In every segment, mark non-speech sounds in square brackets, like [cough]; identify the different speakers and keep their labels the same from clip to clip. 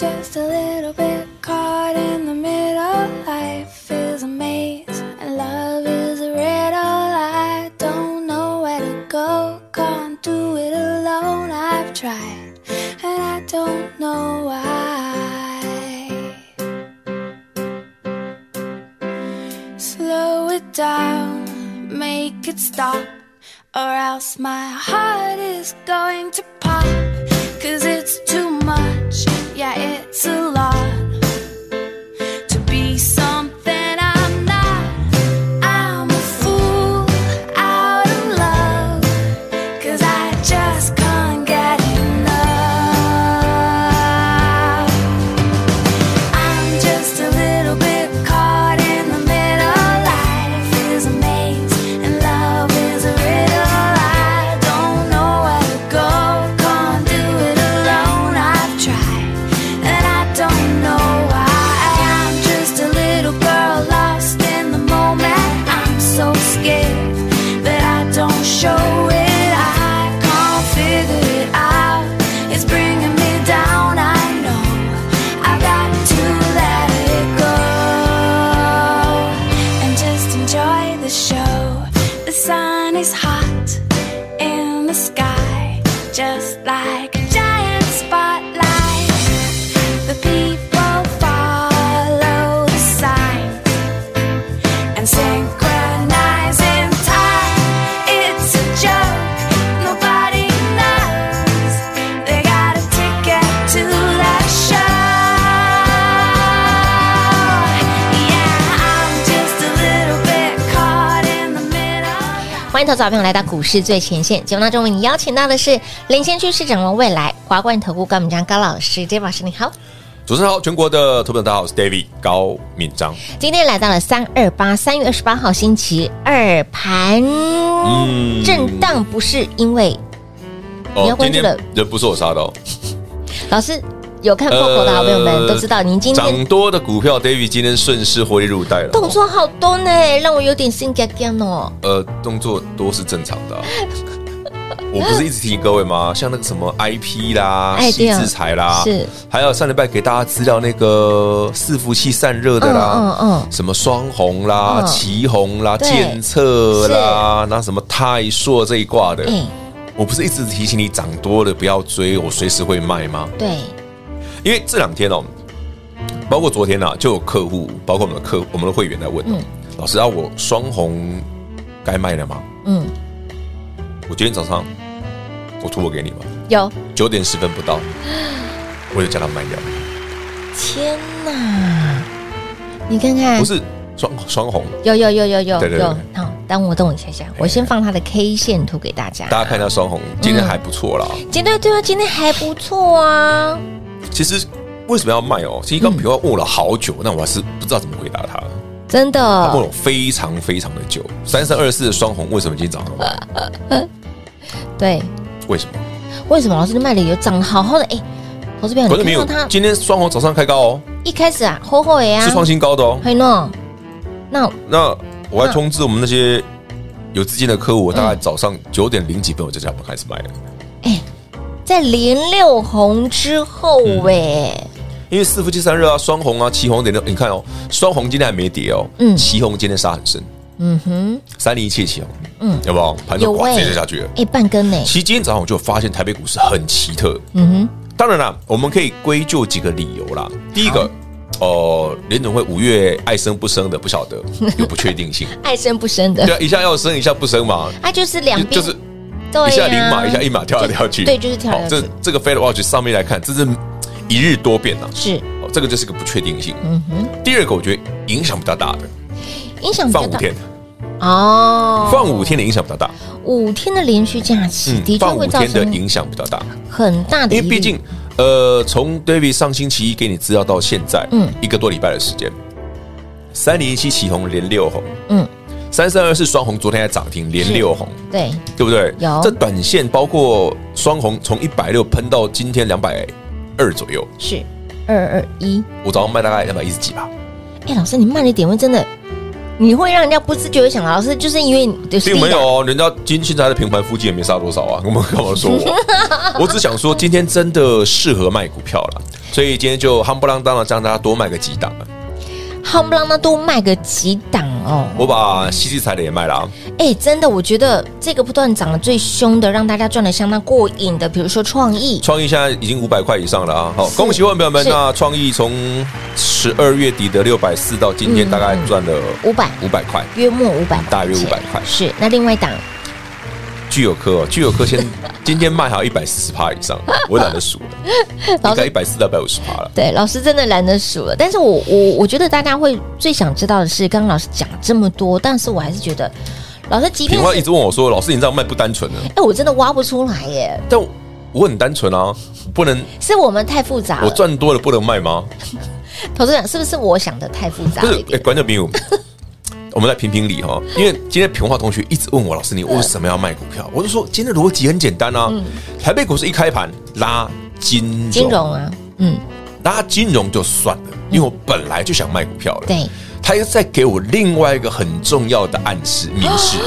Speaker 1: just a little bit caught in the middle. Life is a maze, and love is a riddle. I don't know where to go, can't do it alone. I've tried, and I don't know why. Slow it down, make it stop, or else my heart is going to pop. Cause it's too much, yeah, it's a lot to be something I'm not. I'm a fool out of love, cause I just can't get enough. I'm just a little bit caught in the middle. Life is a maze and love is a riddle. I don't know where to go, can't do it alone. I've tried and I don't know why. I'm just a little girl lost in the moment. I'm so scared that I don't show it. I can't figure it out. It's bringing me down. I know I've got to let it go and just enjoy the show. The sun is hot in the sky, just like a giant spotlight. The people follow the signs and synchronize in time. It's a joke, nobody knows. They got a ticket to that show. Yeah, I'm just a little bit caught in the middle.
Speaker 2: 欢迎投资好朋友来到股市最前线节目当中，为你邀请到的是领先趋势展望未来华冠投顾高敏章高老师，J 老师你好。
Speaker 3: 主持人好，全国的投票大家好，我是 David 高敏章。
Speaker 2: 今天来到了三二八，三月二十八号星期二盘、哦
Speaker 3: 嗯
Speaker 2: 震荡，不是因为你要关
Speaker 3: 今
Speaker 2: 注
Speaker 3: 天
Speaker 2: 的
Speaker 3: 人不是我杀的哦，
Speaker 2: 老师有看 Coco 的好朋友们、都知道，您今天
Speaker 3: 呃涨多的股票，David 今天顺势获利入袋了哦。
Speaker 2: 动作好多呢，让我有点心肝肝哦。
Speaker 3: 呃，动作多是正常的
Speaker 2: [laughs]
Speaker 3: 啊、我不是一直提醒各位吗？像那个什么 IP 啦、
Speaker 2: 哎对
Speaker 3: 细
Speaker 2: 啊
Speaker 3: 制裁啦，
Speaker 2: 是，
Speaker 3: 还有上礼拜给大家资料那个伺服器散热的啦，
Speaker 2: 嗯嗯嗯
Speaker 3: 什么双红啦、
Speaker 2: 嗯
Speaker 3: 旗红啦、
Speaker 2: 对
Speaker 3: 建测啦，那什么泰硕这一挂的，
Speaker 2: 哎、
Speaker 3: 我不是一直提醒你涨多了不要追，我随时会卖吗？
Speaker 2: 对，
Speaker 3: 因为这两天哦，包括昨天啊，就有客户，包括我们的客我们的会员在问、哦，老师啊，我双红该卖了吗？
Speaker 2: 嗯，
Speaker 3: 我今天早上我突破给你嘛，
Speaker 2: 有，
Speaker 3: 九点十分不到，我就叫他卖掉，
Speaker 2: 天哪，你看看
Speaker 3: 不，是双双红，
Speaker 2: 有有有有有
Speaker 3: 对对对哎
Speaker 2: 有，好，当我动一下下，我先放它的 K 线图给大家。
Speaker 3: 大家看一下双红，今天还不错啦。
Speaker 2: 今天对啊，今天还不错啊。
Speaker 3: 其实为什么要卖哦？其实刚平话问了好久，那我还是不知道怎么回答他。
Speaker 2: 真
Speaker 3: 他问
Speaker 2: 的，
Speaker 3: 了非常非常的久，三三二四的双红为什么今天早上卖？
Speaker 2: 对，
Speaker 3: 为什么？
Speaker 2: 为什么老师卖的有涨得好好的？哎、投资朋友，
Speaker 3: 可是
Speaker 2: 你
Speaker 3: 没有
Speaker 2: 看到它，
Speaker 3: 今天双红早上开高哦，
Speaker 2: 一开始啊，厚厚的呀、
Speaker 3: 是创新高的哦。
Speaker 2: 嘿诺，那
Speaker 3: 那我还通知我们那些有资金的客户，我大概早上九点零几分我就叫他们开始卖了，
Speaker 2: 在连六红之后
Speaker 3: 嗯
Speaker 2: 哎、
Speaker 3: 因为四伏七三热啊，双红啊，旗红点六，你看哦，双红今天还没跌哦，
Speaker 2: 嗯
Speaker 3: 旗红今天杀很深，
Speaker 2: 嗯哼，
Speaker 3: 三零一七旗红，
Speaker 2: 嗯
Speaker 3: 嗯，有没有？盘
Speaker 2: 有
Speaker 3: 中哇，
Speaker 2: 欸
Speaker 3: 直接就下去了。
Speaker 2: 哎、半根呢、
Speaker 3: 其实今天早上我就发现台北股市很奇特，
Speaker 2: 嗯
Speaker 3: 当然啦，我们可以归咎几个理由啦。第一个，哦，联总会五月爱升不升的不晓得，有不确
Speaker 2: [laughs]
Speaker 3: 定性，
Speaker 2: 哼，爱生不生的
Speaker 3: [laughs] 对，啊，一下要升，一下不升嘛，
Speaker 2: 它、就是两
Speaker 3: 就
Speaker 2: 边
Speaker 3: 就是
Speaker 2: 对、啊，
Speaker 3: 一下零码，一下一码跳来跳去，
Speaker 2: 就对，就是跳
Speaker 3: 好
Speaker 2: 来跳
Speaker 3: 这
Speaker 2: 去，
Speaker 3: 这个 Fed Watch 上面来看，这是一日多变啊，
Speaker 2: 是，
Speaker 3: 好，这个就是个不确定性。
Speaker 2: 嗯哼，
Speaker 3: 第二个，我觉得影响比较大的，
Speaker 2: 影响比
Speaker 3: 放
Speaker 2: 较
Speaker 3: 五
Speaker 2: 大
Speaker 3: 天，
Speaker 2: 哦，
Speaker 3: 放五天的影响比较大，嗯
Speaker 2: 五天的连续假期，哦的确
Speaker 3: 放五
Speaker 2: 会造
Speaker 3: 天的
Speaker 2: 成嗯
Speaker 3: 影响比较大，
Speaker 2: 很大的疑
Speaker 3: 因
Speaker 2: 虑，
Speaker 3: 为毕竟，呃，从 David 上星期一给你资料到现在，
Speaker 2: 嗯
Speaker 3: 嗯，一个多礼拜的时间，三零一七旗红连六红，
Speaker 2: 嗯，
Speaker 3: 三三二四双红昨天还涨停连六红，
Speaker 2: 对，
Speaker 3: 对不对？
Speaker 2: 有
Speaker 3: 这短线包括双红从一百六喷到今天两百二左右，
Speaker 2: 是二二一。
Speaker 3: 我早上卖大概两百一十几吧，
Speaker 2: 哎，老师，你慢了一点，会真的，你会让人家不自觉的想，老师就是因为你的
Speaker 3: 并没有哦，人家今现在的平盘附近也没杀多少啊，我们干嘛说
Speaker 2: [laughs]
Speaker 3: 我？我只想说今天真的适合卖股票了，所以今天就夯不啷当的让大家多卖个几档啊，
Speaker 2: 夯不啷当多卖个几档哦。
Speaker 3: 我把西西彩的也卖了啊，
Speaker 2: 哎，真的，我觉得这个不断涨得最凶的，让大家赚得相当过瘾的，比如说创意，
Speaker 3: 创意现在已经五百块以上了啊！好，
Speaker 2: 是
Speaker 3: 恭喜我们朋友们！
Speaker 2: 是
Speaker 3: 那创意从十二月底的六百四到今天，
Speaker 2: 嗯
Speaker 3: 大概赚了
Speaker 2: 500
Speaker 3: 五百块。
Speaker 2: 约莫五百，
Speaker 3: 大约500块
Speaker 2: 是，那另外一档
Speaker 3: 具有科哦，具有科先 [laughs] 今天卖好一百四十趴以上，我懒得数了，
Speaker 2: [laughs] 老
Speaker 3: 应该
Speaker 2: 师
Speaker 3: 一百四到一百五十趴
Speaker 2: [laughs]
Speaker 3: 了。
Speaker 2: 对，老师真的懒得数了。但是我我我觉得大家会最想知道的是，刚刚老师讲了这么多，但是我还是觉得，老师即便
Speaker 3: 平花一
Speaker 2: 是，
Speaker 3: 直问我说：“老师，你这样卖不
Speaker 2: [laughs]
Speaker 3: 单纯呢啊
Speaker 2: 哎，我真的挖不出来耶，？”
Speaker 3: 但我很单纯啊，不能
Speaker 2: 是我们太复杂
Speaker 3: 我
Speaker 2: 了。
Speaker 3: 赚多了不能卖吗？
Speaker 2: 投资人是不是我想的太复杂
Speaker 3: 不
Speaker 2: 了
Speaker 3: 是
Speaker 2: 一，
Speaker 3: 哎，
Speaker 2: 点？
Speaker 3: 观众
Speaker 2: [laughs]
Speaker 3: 朋友，我们来评评理哈。因为今天平花同学一直问我，
Speaker 2: [laughs]
Speaker 3: 老师你为什么要卖股票？我就说今天的逻辑很简单啊，台北股市一开盘拉金
Speaker 2: 嗯金融啊，嗯，
Speaker 3: 拉金融就算了，因为我本来就想卖股票了。
Speaker 2: 对，
Speaker 3: 他又在给我另外一个很重要的暗示、明示：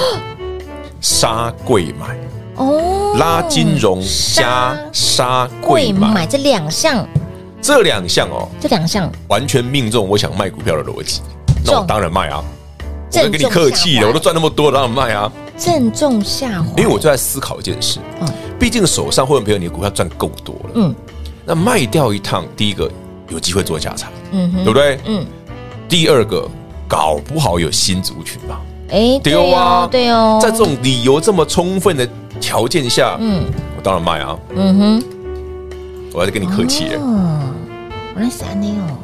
Speaker 3: 杀贵买，
Speaker 2: 哦，
Speaker 3: 拉金融加
Speaker 2: 杀
Speaker 3: 杀贵
Speaker 2: 贵
Speaker 3: 买
Speaker 2: 买这两项，
Speaker 3: 这两项哦，
Speaker 2: 这两项
Speaker 3: 完全命中我想卖股票的逻辑。那我
Speaker 2: 中
Speaker 3: 当然卖啊！我
Speaker 2: 正
Speaker 3: 在跟你客气
Speaker 2: 中下怀
Speaker 3: 了，我都嗯赚那么多，当然卖啊！
Speaker 2: 正中下怀，
Speaker 3: 因为我就在思考一件事
Speaker 2: 嗯，
Speaker 3: 毕竟手上会员朋友，你的股票赚够多了，
Speaker 2: 嗯
Speaker 3: 那卖掉一趟，第一个有机会做价差，
Speaker 2: 嗯
Speaker 3: 对
Speaker 2: 哼，
Speaker 3: 不对？
Speaker 2: 嗯，
Speaker 3: 第二个，搞不好有新族群嘛。
Speaker 2: 哎，对
Speaker 3: 对啊
Speaker 2: 哦，对哦，
Speaker 3: 在这种理由这么充分的条件下，
Speaker 2: 嗯
Speaker 3: 我当然卖啊！
Speaker 2: 嗯哼，
Speaker 3: 我还在跟你客气耶，
Speaker 2: 哦，原来是安内哦。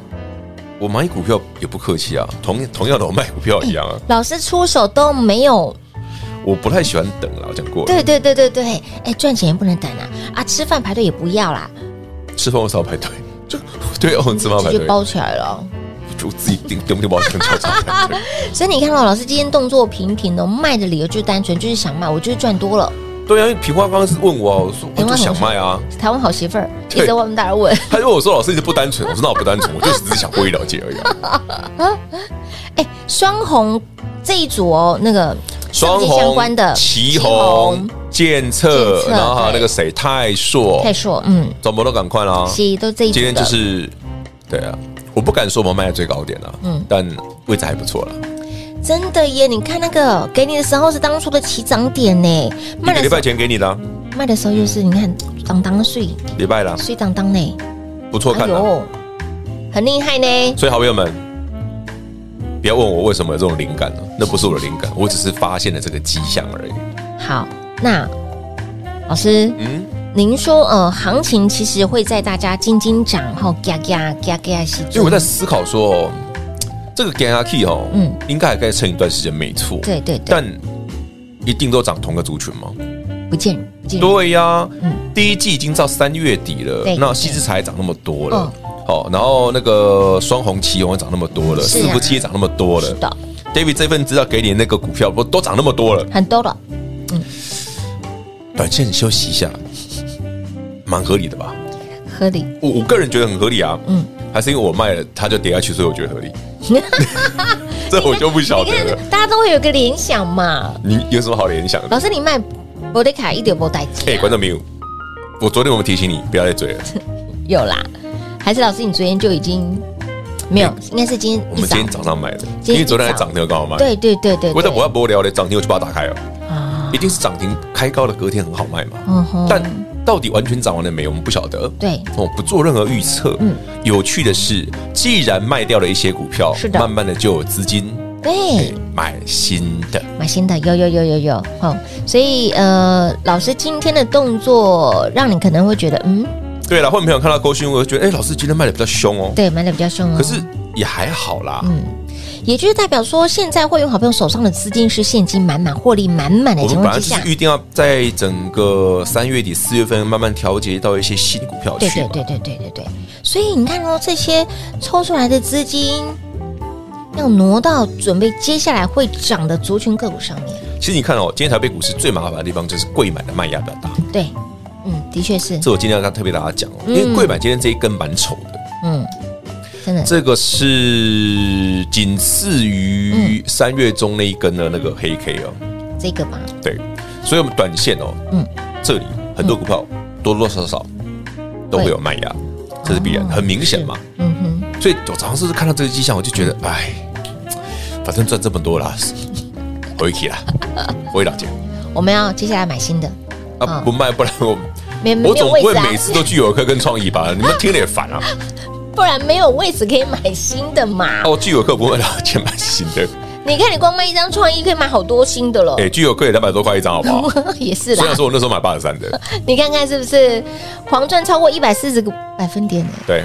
Speaker 3: 我买股票也不客气啊，同同样的我卖股票一样啊，
Speaker 2: 老师出手都没有，
Speaker 3: 我不太喜欢等了，我讲过了，
Speaker 2: 对对对对对，哎，赚钱也不能等啊啊，吃饭排队也不要啦，
Speaker 3: 吃饭我少排队，就对哦，吃饭排
Speaker 2: 直接
Speaker 3: 队，
Speaker 2: 包起来了。
Speaker 3: 就自己顶顶不顶包成超长排队，
Speaker 2: 所以你看到哦老师今天动作频频的，卖的理由就是单纯就是想卖，我就是赚多了。
Speaker 3: 对啊，因为平花刚刚是问我啊，我说我
Speaker 2: 平花
Speaker 3: 就
Speaker 2: 怎么
Speaker 3: 想卖啊，
Speaker 2: 台湾好媳妇儿一
Speaker 3: 对
Speaker 2: 直在外面大家问，
Speaker 3: 他就问我说老师你这不单纯，我说那我不单纯，我就是只是想过于了解而已啊。
Speaker 2: 哎，双红这一组哦，那个
Speaker 3: 双
Speaker 2: 政界相关
Speaker 3: 红
Speaker 2: 的、
Speaker 3: 旗红、建策
Speaker 2: 建，策
Speaker 3: 然后还有
Speaker 2: 对
Speaker 3: 那个谁泰硕
Speaker 2: 泰，硕，嗯，
Speaker 3: 怎么都赶快啦，
Speaker 2: 其实都这一组
Speaker 3: 哦
Speaker 2: 的，
Speaker 3: 今天就是，对啊，我不敢说我们卖在最高点啊，
Speaker 2: 嗯
Speaker 3: 但位置还不错了。
Speaker 2: 真的耶！你看那个给你的时候是当初的起涨点呢，
Speaker 3: 一
Speaker 2: 卖的
Speaker 3: 个礼
Speaker 2: 时候
Speaker 3: 拜前给你的啊，
Speaker 2: 卖的时候又是你看当当碎
Speaker 3: 礼拜啦，
Speaker 2: 碎当当呢，哎
Speaker 3: 不错看的。啊
Speaker 2: 呦，很厉害呢。
Speaker 3: 所以好朋友们，不要问我为什么有这种灵感呢、那不是我的灵感，我只是发现了这个迹象而已。
Speaker 2: 好，那老师，
Speaker 3: 嗯，
Speaker 2: 您说呃，行情其实会在大家金金涨后嘎嘎嘎嘎西，
Speaker 3: 所以我在思考说，这个 gain key 哦，
Speaker 2: 嗯
Speaker 3: 应该还该撑一段时间，没错。
Speaker 2: 对对对，
Speaker 3: 但一定都涨同个族群吗？
Speaker 2: 不见不见，
Speaker 3: 对呀、
Speaker 2: 嗯
Speaker 3: 第一季已经到三月底了
Speaker 2: 对，
Speaker 3: 那西之才涨那么多了，好，然后那个双红旗红也涨那么多了，
Speaker 2: 是啊
Speaker 3: 四福七也涨那么多
Speaker 2: 是
Speaker 3: 了
Speaker 2: 的，
Speaker 3: ，David 这份资料给你那个股票不都涨那么多了，
Speaker 2: 很多了，
Speaker 3: 短线休息一下， [laughs] 蛮合理的吧？
Speaker 2: 合理。
Speaker 3: 我我个人觉得很合理啊，
Speaker 2: 嗯
Speaker 3: 嗯，还是因为我卖了它就跌下去，所以我觉得
Speaker 2: [laughs]
Speaker 3: 合理，这我 [laughs] 就不晓得
Speaker 2: 你 [laughs]
Speaker 3: 了。
Speaker 2: 看，大家都会有个联想嘛。
Speaker 3: 你有什么好联想的？
Speaker 2: 老师，你卖博德卡一点不带
Speaker 3: 哎、
Speaker 2: 劲啊，
Speaker 3: 观众朋友，我昨天我们提醒你不要再追了，
Speaker 2: 有啦？还是老师，你昨天就已经没有？应该是今
Speaker 3: 哎我
Speaker 2: 天一
Speaker 3: 们
Speaker 2: 早
Speaker 3: 今天。早上买的，
Speaker 2: 今天
Speaker 3: 因为昨天还
Speaker 2: 一早
Speaker 3: 涨停，我刚好卖。
Speaker 2: 对对对对，
Speaker 3: 我在
Speaker 2: 对
Speaker 3: 我要不聊嘞，涨停我就把它打开了。
Speaker 2: 啊，
Speaker 3: 一定是涨停开高的隔天很好卖嘛。
Speaker 2: 嗯哼
Speaker 3: 但到底完全涨完了没，我们不晓得。
Speaker 2: 对
Speaker 3: 哦，不做任何预测。
Speaker 2: 嗯
Speaker 3: 有趣的是，既然卖掉了一些股票，
Speaker 2: 是的
Speaker 3: 慢慢的就有资金
Speaker 2: 对
Speaker 3: 哎，买新的。
Speaker 2: 买新的，有有有有有，好、所以呃，老师今天的动作让你可能会觉得，嗯，
Speaker 3: 对了，换朋友看到勾讯，我就觉得，哎，老师今天卖的比较凶哦。
Speaker 2: 对，买的比较凶哦。
Speaker 3: 可是也还好啦。
Speaker 2: 嗯，也就是代表说，现在会员好朋友手上的资金是现金满满、获利满满的
Speaker 3: 我们
Speaker 2: 情
Speaker 3: 本
Speaker 2: 况
Speaker 3: 来
Speaker 2: 之
Speaker 3: 就
Speaker 2: 下
Speaker 3: 是，预定要在整个三月底、四月份慢慢调节到一些新股票
Speaker 2: 对
Speaker 3: 去
Speaker 2: 对
Speaker 3: 嘛。
Speaker 2: 对对对对对。所以你看哦，这些抽出来的资金，要挪到准备接下来会涨的族群个股上面。
Speaker 3: 其实你看哦，今天台北股市最麻烦的地方就是贵买的卖压比较大，
Speaker 2: 对，嗯，的确是，
Speaker 3: 这我今天要特别大家讲哦，因为贵买今天这一根蛮丑的，
Speaker 2: 嗯，真的，
Speaker 3: 这个是仅次于三月中那一根的那个
Speaker 2: 嗯
Speaker 3: 黑 K 哦，
Speaker 2: 这个吧，
Speaker 3: 对，所以我们短线哦，
Speaker 2: 嗯，
Speaker 3: 这里很多股票多多少少都会有卖压，这是必然，
Speaker 2: 哦
Speaker 3: 很明显嘛。
Speaker 2: 嗯哼，
Speaker 3: 所以我早上是不是看到这个迹象，我就觉得，哎，反正赚这
Speaker 2: [laughs]
Speaker 3: 么多啦，回去啦，回老家
Speaker 2: 我们要接下来买新的，
Speaker 3: 啊，
Speaker 2: 嗯
Speaker 3: 不卖，不然我
Speaker 2: 没没
Speaker 3: 我
Speaker 2: 没有
Speaker 3: 总
Speaker 2: 位
Speaker 3: 不会
Speaker 2: 置啊
Speaker 3: 每，次都具有科跟创意吧？你们听了也
Speaker 2: [laughs]
Speaker 3: 烦啊。
Speaker 2: 不然没有位置可以买新的嘛。
Speaker 3: 哦，具有科不会老钱买新的，
Speaker 2: 你看，你光卖一张创意可以买好多新的了，
Speaker 3: 哎，具有科也两百多块一张，好不好？
Speaker 2: [laughs] 也是
Speaker 3: 虽然
Speaker 2: 啦。
Speaker 3: 说我那时候买八十三的， [laughs]
Speaker 2: 你看看是不是狂赚超过一百四十个百分点呢？
Speaker 3: 对，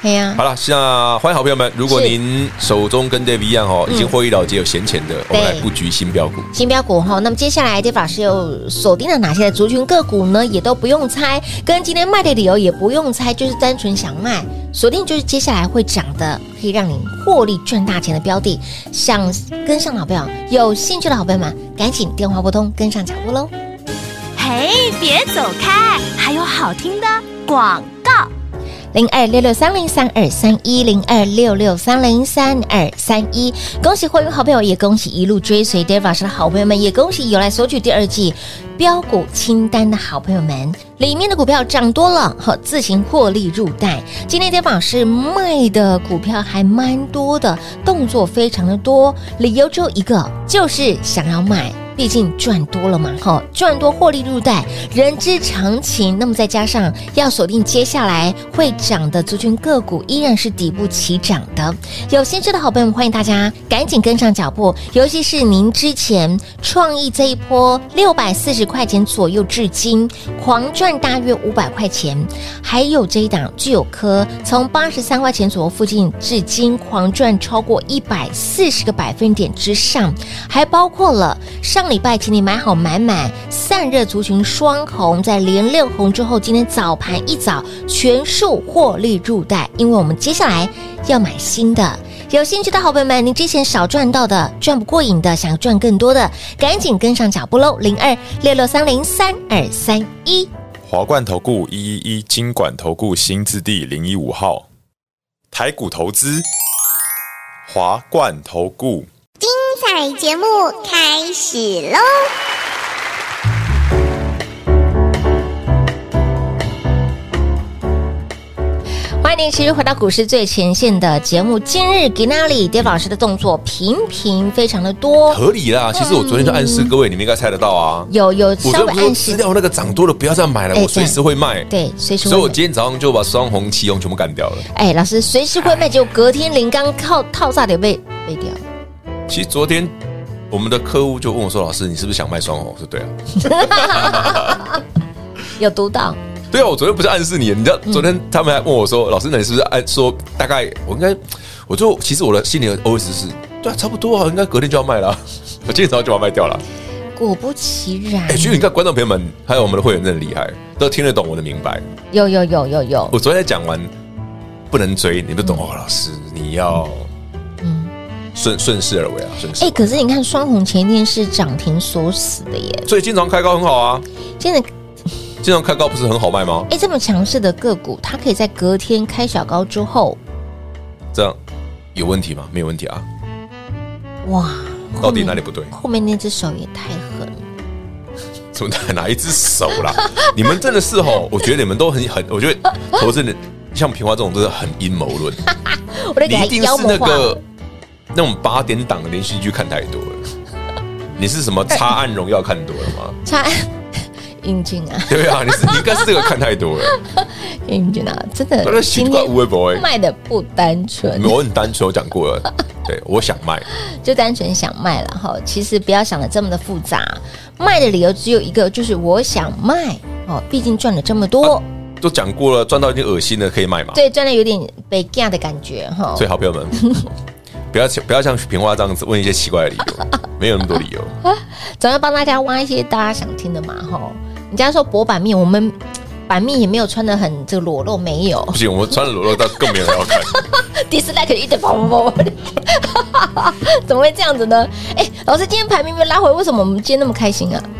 Speaker 2: 哎呀，
Speaker 3: 好了，那欢迎好朋友们，如果
Speaker 2: 是
Speaker 3: 您手中跟 Dave 一
Speaker 2: 嗯
Speaker 3: 样哦，已经获益了结有闲钱的，我们来布局新标股。
Speaker 2: 新标股哈，那么接下来 d a 老师又锁定了哪些的族群个股呢？也都不用猜，跟今天卖的理由也不用猜，就是单纯想卖，锁定就是接下来会涨的，可以让你获利赚大钱的标的。想跟上的好朋友，有兴趣的好朋友们，赶紧电话拨通，跟上脚步喽。
Speaker 4: 嘿，别走开，还有好听的广告。
Speaker 2: 零二六六三零三二三一零二六六三零三二三一。恭喜会员好朋友，也恭喜一路追随 Dave 老师的好朋友们，也恭喜有来索取第二季标股清单的好朋友们，里面的股票涨多了，好自行获利入袋。今天 Dave 老师卖的股票还蛮多的，动作非常的多，理由只有一个，就是想要买。毕竟赚多了嘛，哈，赚多获利入袋，人之常情。那么再加上要锁定接下来会涨的族群个股，依然是底部起涨的。有兴趣的好朋友们，欢迎大家赶紧跟上脚步，尤其是您之前创意这一波六百四十块钱左右，至今狂赚大约五百块钱，还有这一档具有科从八十三块钱左右附近，至今狂赚超过一百四十个百分点之上，还包括了上礼拜请你买好买满散热族群双红，在连六红之后，今天早盘一早全数获利入袋，因为我们接下来要买新的。有兴趣的好朋友们，您之前少赚到的、赚不过瘾的，想赚更多的，赶紧跟上脚步喽！零二六六三零三二三一。
Speaker 5: 华冠投顾一一一金管投顾新字第零一五号，台股投资，华冠投顾。
Speaker 2: [laughs]
Speaker 6: 彩节目开始喽！
Speaker 2: 欢迎持续回到股市最前线的节目。今日给那里 Dave 老师的动作频频非常的多，
Speaker 3: 合理啦，其实我昨天就暗示各位，你们应该猜得到啊。
Speaker 2: 有有
Speaker 3: 我
Speaker 2: 嗯稍
Speaker 3: 就
Speaker 2: 微
Speaker 3: 不是
Speaker 2: 暗
Speaker 3: 吃
Speaker 2: 示，
Speaker 3: 掉那个涨多的，不要再买了，
Speaker 2: 哎
Speaker 3: 我随时会卖。
Speaker 2: 对，随时
Speaker 3: 所以我
Speaker 2: 会卖。
Speaker 3: 今天早上就把双红、七红全部干掉了。
Speaker 2: 哎，老师随时会卖，结果隔天林刚靠套炸点被被掉，
Speaker 3: 其实昨天我们的客户就问我说：“老师，你是不是想卖双红？”我说：“对啊，
Speaker 2: 有读到
Speaker 3: 对啊，我昨天不是暗示你，你知道昨天他们还问我说：‘老师，那你是不是暗说大概我应该？’我就其实我的心里的 OS 是：对啊，差不多啊，应该隔天就要卖了 [laughs] 啊。我今天早上就把它卖掉了。
Speaker 2: 果不其然
Speaker 3: 哎、，其实你看观众朋友们还有我们的会员真的厉害，都听得懂我的明白。
Speaker 2: 有有有有有，
Speaker 3: 我昨天讲完不能追，你们懂、哦，老师你要顺顺势而为啊，顺势
Speaker 2: 哎，
Speaker 3: 而为。
Speaker 2: 可是你看双红前一天是涨停锁死的耶，
Speaker 3: 所以经常开高很好啊，
Speaker 2: 现在
Speaker 3: 经常开高不是很好卖吗？
Speaker 2: 哎这么强势的个股，它可以在隔天开小高之后，
Speaker 3: 这样有问题吗？没有问题啊，
Speaker 2: 哇，
Speaker 3: 到底哪里不对？ [laughs]
Speaker 2: 后面那只手也太狠了。
Speaker 3: 怎么打哪一只手啦？你们真的是哦，我觉得你们都很很，我觉得投资人像平花这种都是很阴谋论，
Speaker 2: 我得
Speaker 3: 你
Speaker 2: 给他
Speaker 3: 一定是
Speaker 2: 妖魔
Speaker 3: 那
Speaker 2: 化。
Speaker 3: 个那种八点档的连续剧看太多了。 [laughs] 你是什么《插案荣耀》看多了吗？
Speaker 2: 差 [laughs] 英俊啊，
Speaker 3: 对啊，你是你应该是这个看
Speaker 2: [laughs]
Speaker 3: 太多了。
Speaker 2: 英俊啊，真的
Speaker 3: 那个奇
Speaker 2: 今
Speaker 3: 怪无
Speaker 2: 天
Speaker 3: 微不微，
Speaker 2: 卖的不单纯，
Speaker 3: 我很单纯，我讲过了，对我想卖，
Speaker 2: 就单纯想卖了哈。其实不要想的这么的复杂，卖的理由只有一个，就是我想卖哦，毕竟赚了这么
Speaker 3: 啊
Speaker 2: 多，
Speaker 3: 都讲过了，赚到已经恶心了，可以卖嘛？
Speaker 2: 对，赚的有点被干的感觉哈。
Speaker 3: 所以好朋友
Speaker 2: [laughs]
Speaker 3: 们，不要不要像平花这样子问一些奇怪的理由，没有那么多理由。
Speaker 2: 总要帮大家挖一些大家想听的嘛哈。人家说薄板面，我们版面也没有穿的很这个裸露，没有 [laughs]
Speaker 3: 不行，我们穿了裸露，但更没有人要看。
Speaker 2: dislike 一直砰砰砰砰， [laughs] 怎么会这样子呢？哎、老师，今天排名被拉回，为什么我们今天那么开心啊？ [laughs]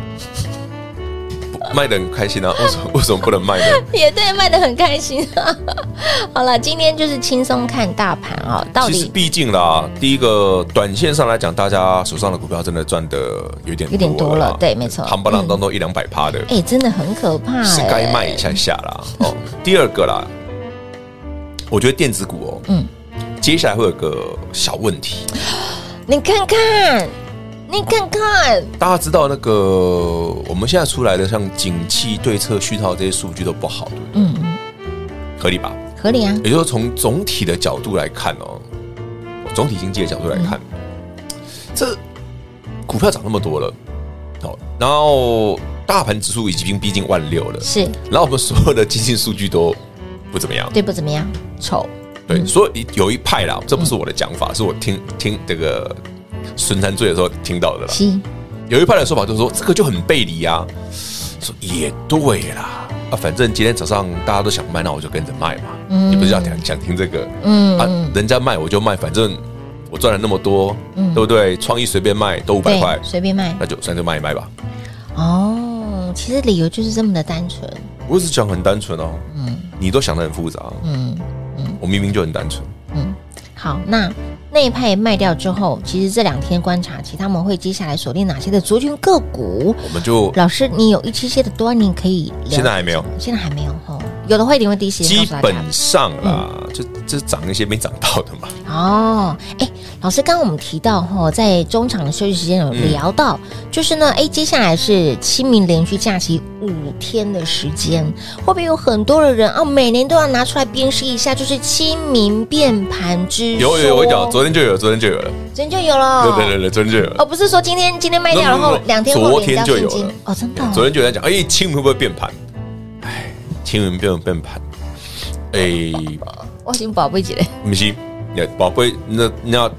Speaker 3: 卖的很开心啊，为什么为什么不能卖呢？
Speaker 2: 也对，卖的很开心啊。 [laughs] 好了，今天就是轻松看大盘啊、哦，到
Speaker 3: 其实
Speaker 2: 底
Speaker 3: 毕竟啦，第一个短线上来讲，大家手上的股票真的赚的有点
Speaker 2: 有点多了
Speaker 3: 啦
Speaker 2: 对没错
Speaker 3: 夯啊不啷当都一两百趴的，
Speaker 2: 哎、真的很可怕、
Speaker 3: 是
Speaker 2: 哎
Speaker 3: 该卖一下下啦。哦，第二个啦，我觉得电子股哦，
Speaker 2: 嗯
Speaker 3: 嗯，接下来会有个小问题，
Speaker 2: 你看看，你看看，
Speaker 3: 大家知道那个我们现在出来的像景气对策续套这些数据都不好，对不对？
Speaker 2: 嗯，嗯
Speaker 3: 合理吧？
Speaker 2: 合理啊，
Speaker 3: 也就是从总体的角度来看哦，总体经济的角度来看，这股票涨那么多了，好，然后大盘指数已经逼近万六了，
Speaker 2: 是
Speaker 3: 然后我们所有的经济数据都不怎么样，
Speaker 2: 对不？怎么样？丑，嗯
Speaker 3: 对，所以有一派啦，这不是我的讲法，是我听听这个孙山醉的时候听到的啦。
Speaker 2: 七，
Speaker 3: 有一派的说法就是说，这个就很背离啊，说也对啦。啊，反正今天早上大家都想卖，那我就跟着卖嘛。
Speaker 2: 嗯
Speaker 3: 你不是要讲想听这个？
Speaker 2: 嗯
Speaker 3: 啊
Speaker 2: 嗯，
Speaker 3: 人家卖我就卖，反正我赚了那么多，
Speaker 2: 嗯
Speaker 3: 对不对？创意随便卖都五百
Speaker 2: 对
Speaker 3: 块，，
Speaker 2: 随便卖
Speaker 3: 那就算就卖一卖吧。
Speaker 2: 哦。其实理由就是这么的单纯，
Speaker 3: 我只讲很单纯哦，
Speaker 2: 嗯
Speaker 3: 你都想得很复杂，
Speaker 2: 嗯。
Speaker 3: 我明明就很单纯。
Speaker 2: 好，那那一派卖掉之后，其实这两天观察期，他们会接下来锁定哪些的族群个股？
Speaker 3: 我们就
Speaker 2: 老师，你有一期些的端倪可以聊，
Speaker 3: 现在还没有，
Speaker 2: 现在还没有哦，有的会一定会第一时间告
Speaker 3: 基
Speaker 2: 诉大家
Speaker 3: 本上啦，
Speaker 2: 嗯
Speaker 3: 就就涨一些没涨到的嘛。
Speaker 2: 哦。哎，老师，刚刚我们提到哈、哦，在中场的休息时间有聊到，就是
Speaker 3: 嗯
Speaker 2: 呢，哎，接下来是清明连续假期五天的时间，会不会有很多的人啊，每年都要拿出来辨识一下，就是清明变盘之
Speaker 3: 有有有，
Speaker 2: 说
Speaker 3: 我跟你讲，昨天就有，昨天就有了，
Speaker 2: 昨天就有了，
Speaker 3: 对对对对，昨天就有了。
Speaker 2: 哦，不是说今天今天卖掉，
Speaker 3: No, no,
Speaker 2: 然
Speaker 3: no,
Speaker 2: 后
Speaker 3: no.
Speaker 2: 两天后
Speaker 3: 昨
Speaker 2: 领
Speaker 3: 天
Speaker 2: 到
Speaker 3: 就
Speaker 2: 现
Speaker 3: 有
Speaker 2: 金
Speaker 3: 了
Speaker 2: 哦，真的哦
Speaker 3: 昨天就在讲，哎、清明会不会变盘？哎，清明变不变盘？哎、
Speaker 2: 我已经宝贝姐了，
Speaker 3: 不是，你宝贝，那那要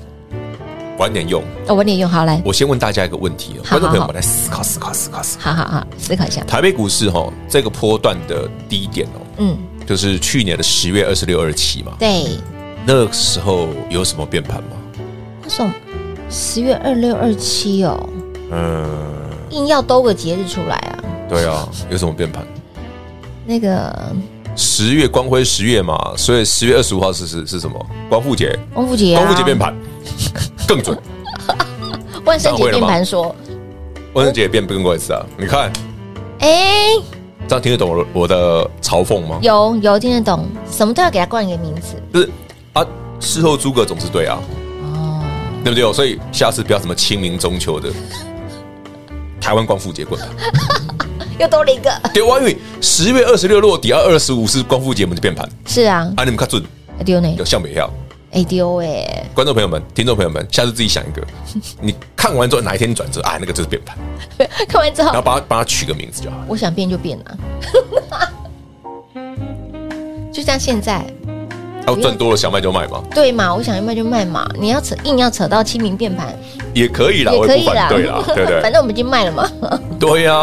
Speaker 3: 晚点用。
Speaker 2: 哦，我脸用好来，
Speaker 3: 我先问大家一个问题哦，
Speaker 2: 好好好
Speaker 3: 观众朋友们来思考思考思考思考。
Speaker 2: 好好好，思考一下，
Speaker 3: 台北股市哈、这个波段的低点哦，
Speaker 2: 嗯，
Speaker 3: 就是去年的十月二十六、二十七嘛，
Speaker 2: 对，
Speaker 3: 那个时候有什么变盘吗？
Speaker 2: 那时候十月二六二七哦，
Speaker 3: 嗯，
Speaker 2: 硬要兜个节日出来啊，
Speaker 3: 对啊，有什么变盘？
Speaker 2: 那个
Speaker 3: 十月光辉十月嘛，所以十月二十五号是是是什么？光复节，
Speaker 2: 光复节啊，
Speaker 3: 光复节变盘更准，
Speaker 2: 万圣
Speaker 3: 大
Speaker 2: 节
Speaker 3: 会了
Speaker 2: 变
Speaker 3: 吗
Speaker 2: 盘说，
Speaker 3: 万圣节也变更过一次啊！你看，
Speaker 2: 哎，
Speaker 3: 这样听得懂我我的嘲讽吗？
Speaker 2: 有有听得懂，什么都要给他冠一个名字
Speaker 3: 就是啊，事后诸葛总是对啊，
Speaker 2: 哦，
Speaker 3: 对不对哦？所以下次不要什么清明中秋的，台湾光复节棍。
Speaker 2: 又多了一个，
Speaker 3: 对，我以为十月二十六落底，二二十五是光复节，我们就变盘
Speaker 2: 是啊，
Speaker 3: 啊！你们看准
Speaker 2: 丢呢
Speaker 3: 有，向北票，
Speaker 2: 哎丢哎， [laughs]
Speaker 3: 观众朋友们、听众朋友们，下次自己想一个，你看完之后哪一天转折啊，那个就是变盘，
Speaker 2: 看完之
Speaker 3: 然
Speaker 2: 后
Speaker 3: 后，帮它帮它取个名字就好了。
Speaker 2: 我想变就变啊， [laughs] 就像现在。
Speaker 3: 要赚多了想卖就卖嘛，
Speaker 2: 对嘛，我想要卖就卖嘛，你要扯硬要扯到清明变盘
Speaker 3: 也可以啦，
Speaker 2: 也
Speaker 3: 我
Speaker 2: 可
Speaker 3: 也
Speaker 2: 以
Speaker 3: 不
Speaker 2: 啦
Speaker 3: 反，
Speaker 2: [laughs]
Speaker 3: 对啦，对不
Speaker 2: 反
Speaker 3: 对？
Speaker 2: 正我们已经卖了嘛。
Speaker 3: 对呀。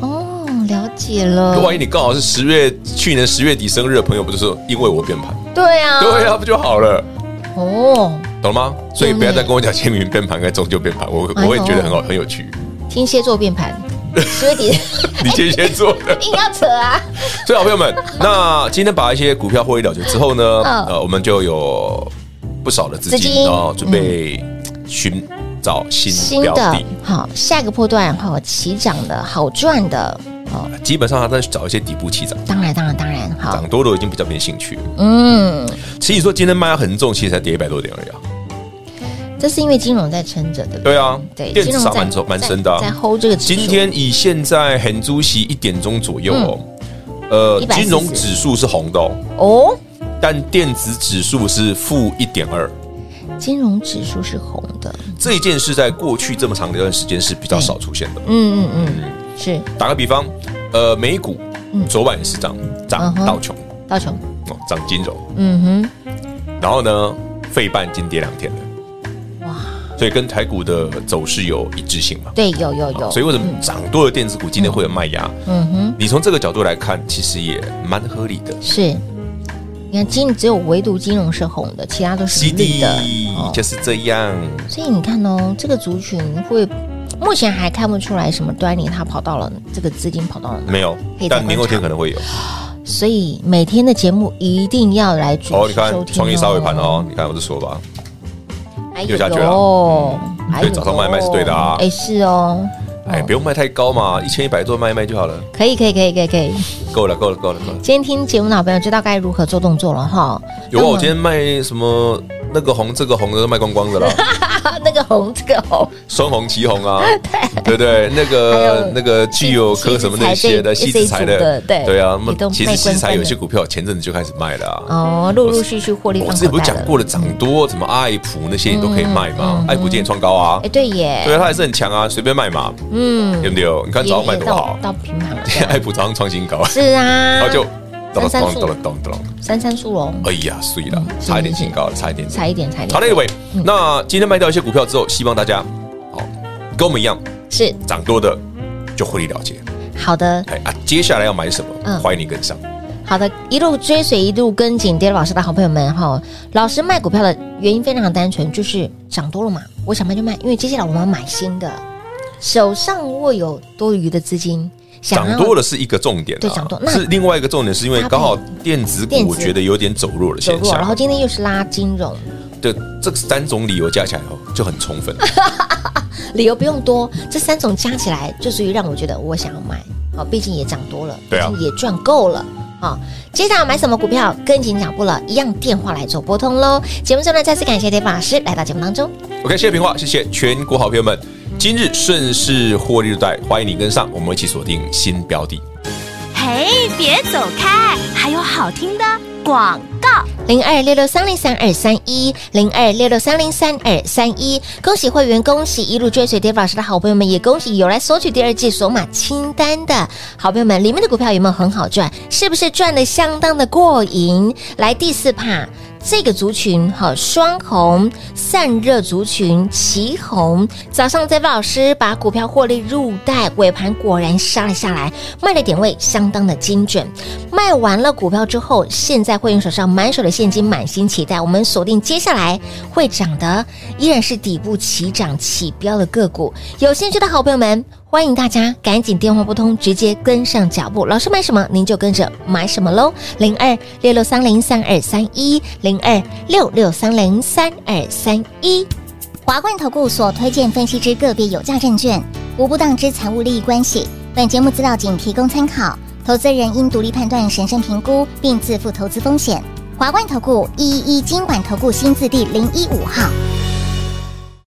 Speaker 2: 哦，了解
Speaker 3: 那
Speaker 2: 了
Speaker 3: 万一。你刚好是十月去年十月底生日的朋友，不就是因为我变盘？
Speaker 2: 对啊，
Speaker 3: 对呀、不就好了，
Speaker 2: 哦，
Speaker 3: 懂了吗？所以不要再跟我讲清明变盘跟中秋变盘，我
Speaker 2: 哎呦
Speaker 3: 我会觉得很好很有趣。
Speaker 2: 天蝎座变 [laughs] 盘，所以你
Speaker 3: 你天蝎座
Speaker 2: [laughs]
Speaker 3: 的，
Speaker 2: 硬要扯啊。
Speaker 3: 所以好朋友们，那今天把一些股票获利了结之后呢，
Speaker 2: 嗯
Speaker 3: 呃，我们就有不少的资
Speaker 2: 资
Speaker 3: 金
Speaker 2: 金嗯
Speaker 3: 哦，准备寻找新
Speaker 2: 新
Speaker 3: 标
Speaker 2: 的
Speaker 3: 的。
Speaker 2: 好，下个波段哈，起涨的好赚的哦，
Speaker 3: 基本上他在找一些底部起涨，
Speaker 2: 当然当然当然好
Speaker 3: 涨，多了已经比较没兴趣了。
Speaker 2: 嗯，
Speaker 3: 其实你说今天卖得很重，其实才跌一百多点而已啊。
Speaker 2: 这是因为金融在撑着，对不对？
Speaker 3: 对啊，
Speaker 2: 对，
Speaker 3: 电
Speaker 2: 金
Speaker 3: 子
Speaker 2: 融
Speaker 3: 涨
Speaker 2: 在
Speaker 3: 蛮重蛮深的、啊
Speaker 2: 在，在 hold 这个指数
Speaker 3: 今天以现在很主席一点钟左右哦，
Speaker 2: 嗯
Speaker 3: 呃，
Speaker 2: 140
Speaker 3: 金融指数是红的、哦，
Speaker 2: 哦，
Speaker 3: 但电子指数是负一点二。
Speaker 2: 金融指数是红的，
Speaker 3: 这一件事在过去这么长的一段时间是比较少出现的。
Speaker 2: 嗯嗯嗯，是
Speaker 3: 打个比方，呃，美股
Speaker 2: 嗯
Speaker 3: 昨晚也是涨，
Speaker 2: 嗯
Speaker 3: 涨
Speaker 2: 哼
Speaker 3: 道琼
Speaker 2: 道琼，
Speaker 3: 哦，涨金融，
Speaker 2: 嗯哼。
Speaker 3: 然后呢，费半已经跌两天了。哇！所以跟台股的走势有一致性嘛。
Speaker 2: 对，有有有，
Speaker 3: 所以为什么涨多的电子股今天会有卖压？
Speaker 2: 嗯哼，
Speaker 3: 你从这个角度来看，其实也蛮合理的。
Speaker 2: 是。你看，金只有唯独金融是红的，其他都是
Speaker 3: C
Speaker 2: 绿
Speaker 3: D
Speaker 2: 的。哦
Speaker 3: 就是这样，
Speaker 2: 所以你看哦，这个族群会目前还看不出来什么端倪，它跑到了这个资金跑到了哪。
Speaker 3: 没有
Speaker 2: 可以，再
Speaker 3: 但明后天可能会有。
Speaker 2: 所以每天的节目一定要来准时
Speaker 3: 哦，你
Speaker 2: 收
Speaker 3: 看
Speaker 2: 听
Speaker 3: 创意稍微盘哦，，你看我就说吧，
Speaker 2: 哎
Speaker 3: 又下去了嗯
Speaker 2: 了，哎呦
Speaker 3: 对早上卖卖是对的啊
Speaker 2: 哎是哦，
Speaker 3: 哎，不用卖太高嘛，一千一百多卖一卖就好了，
Speaker 2: 可以可以可以可以可以。
Speaker 3: 够了，够了，够了，够了。
Speaker 2: 今天听节目的好朋友知道该如何做动作了哈。
Speaker 3: 有啊，我今
Speaker 2: 天
Speaker 3: 天卖什么那个红这个红的都卖光光的啦，
Speaker 2: [laughs] 那个红这个
Speaker 3: [laughs]
Speaker 2: 红，
Speaker 3: 双红旗红啊，对不对？那个那个具有科什么那些的
Speaker 2: 西
Speaker 3: 西
Speaker 2: 子
Speaker 3: 子
Speaker 2: 材
Speaker 3: 材
Speaker 2: 这一组的
Speaker 3: 的，
Speaker 2: 对
Speaker 3: 对啊，
Speaker 2: 也都
Speaker 3: 那其
Speaker 2: 卖
Speaker 3: 实西
Speaker 2: 光
Speaker 3: 子材
Speaker 2: 光
Speaker 3: 有
Speaker 2: 的
Speaker 3: 些股票前阵子就开始卖了啊。
Speaker 2: 哦，陆陆续续获利
Speaker 3: 我
Speaker 2: 放
Speaker 3: 之前不
Speaker 2: 口
Speaker 3: 是
Speaker 2: 袋
Speaker 3: 讲
Speaker 2: 了。
Speaker 3: 过了，涨多什么爱普那些你都可以卖嘛，爱普今天创高啊
Speaker 2: 哎，，对耶，
Speaker 3: 对啊，它还是很强啊，随便卖嘛，
Speaker 2: 嗯，
Speaker 3: 对不对？你看
Speaker 2: 也
Speaker 3: 早上卖
Speaker 2: 也
Speaker 3: 多
Speaker 2: 到
Speaker 3: 好，哎
Speaker 2: 到平盘了。
Speaker 3: 今 [laughs] 天爱普早上创新高，
Speaker 2: 是啊，
Speaker 3: 然后就
Speaker 2: 三
Speaker 3: 咚
Speaker 2: 三
Speaker 3: 咚
Speaker 2: 速
Speaker 3: 咚咚咚，
Speaker 2: 三三速龙，
Speaker 3: 哎呀，碎了，差一点新高了，差一点点。
Speaker 2: 差一点，差一点。
Speaker 3: 好嘞，伟，
Speaker 2: 嗯
Speaker 3: 那今天卖掉一些股票之后，希望大家好跟我们一样，
Speaker 2: 是
Speaker 3: 涨多的就获利了结。
Speaker 2: 好的，
Speaker 3: 哎啊，接下来要买什
Speaker 2: 嗯
Speaker 3: 么？欢迎你跟上。
Speaker 2: 好的，一路追随，一路跟紧，跌老师的好朋友们哈。老师卖股票的原因非常单纯，就是涨多了嘛，我想卖就卖，因为接下来我们要买新的，手上握有多余的资金，想要
Speaker 3: 涨多了是一个重点啊，
Speaker 2: 对涨多那
Speaker 3: 是另外一个重点，是因为刚好电子
Speaker 2: 电
Speaker 3: 股
Speaker 2: 子
Speaker 3: 我觉得有点走弱的
Speaker 2: 走
Speaker 3: 现
Speaker 2: 弱，然后
Speaker 3: 象，
Speaker 2: 今天又是拉金融，
Speaker 3: 对这三种理由加起来后就很充分。
Speaker 2: 理由不用多，这三种加起来就足以让我觉得我想要买。好，毕竟也涨多了，
Speaker 3: 对啊
Speaker 2: 毕竟也赚够了。好，接下来买什么股票，跟紧脚步了，一样电话来做拨通喽。节目最后呢，再次感谢 d a 老师来到节目当中。
Speaker 3: OK，谢谢平话，谢谢全国好朋友们，今日顺势获利入袋，欢迎你跟上，我们一起锁定新标的。
Speaker 4: 嘿，别走开，还有好听的广告。
Speaker 2: 零二六六三零三二三一，零二六六三零三二三一。恭喜会员，恭喜一路追随 Dave 老师的好朋友们，也恭喜有来索取第二季索马清单的好朋友们。里面的股票有没有很好赚？是不是赚的相当的过瘾？来第四趴。这个族群哈，双红散热族群旗红，早上 Dave 老师把股票获利入袋，尾盘果然杀了下来，卖的点位相当的精准。卖完了股票之后，现在会员手上满手的现金，满心期待，我们锁定接下来会涨的依然是底部起涨起标的个股。有兴趣的好朋友们，欢迎大家赶紧电话拨通，直接跟上脚步。老师买什么，您就跟着买什么喽。零二六六三零三二三一，零二六六三零三二三一。
Speaker 6: 华冠投顾所推荐分析之个别有价证券，无不当之财务利益关系。本节目资料仅提供参考，投资人应独立判断、审慎评估，并自负投资风险。华冠投顾一一一金管投顾新字第零一五号。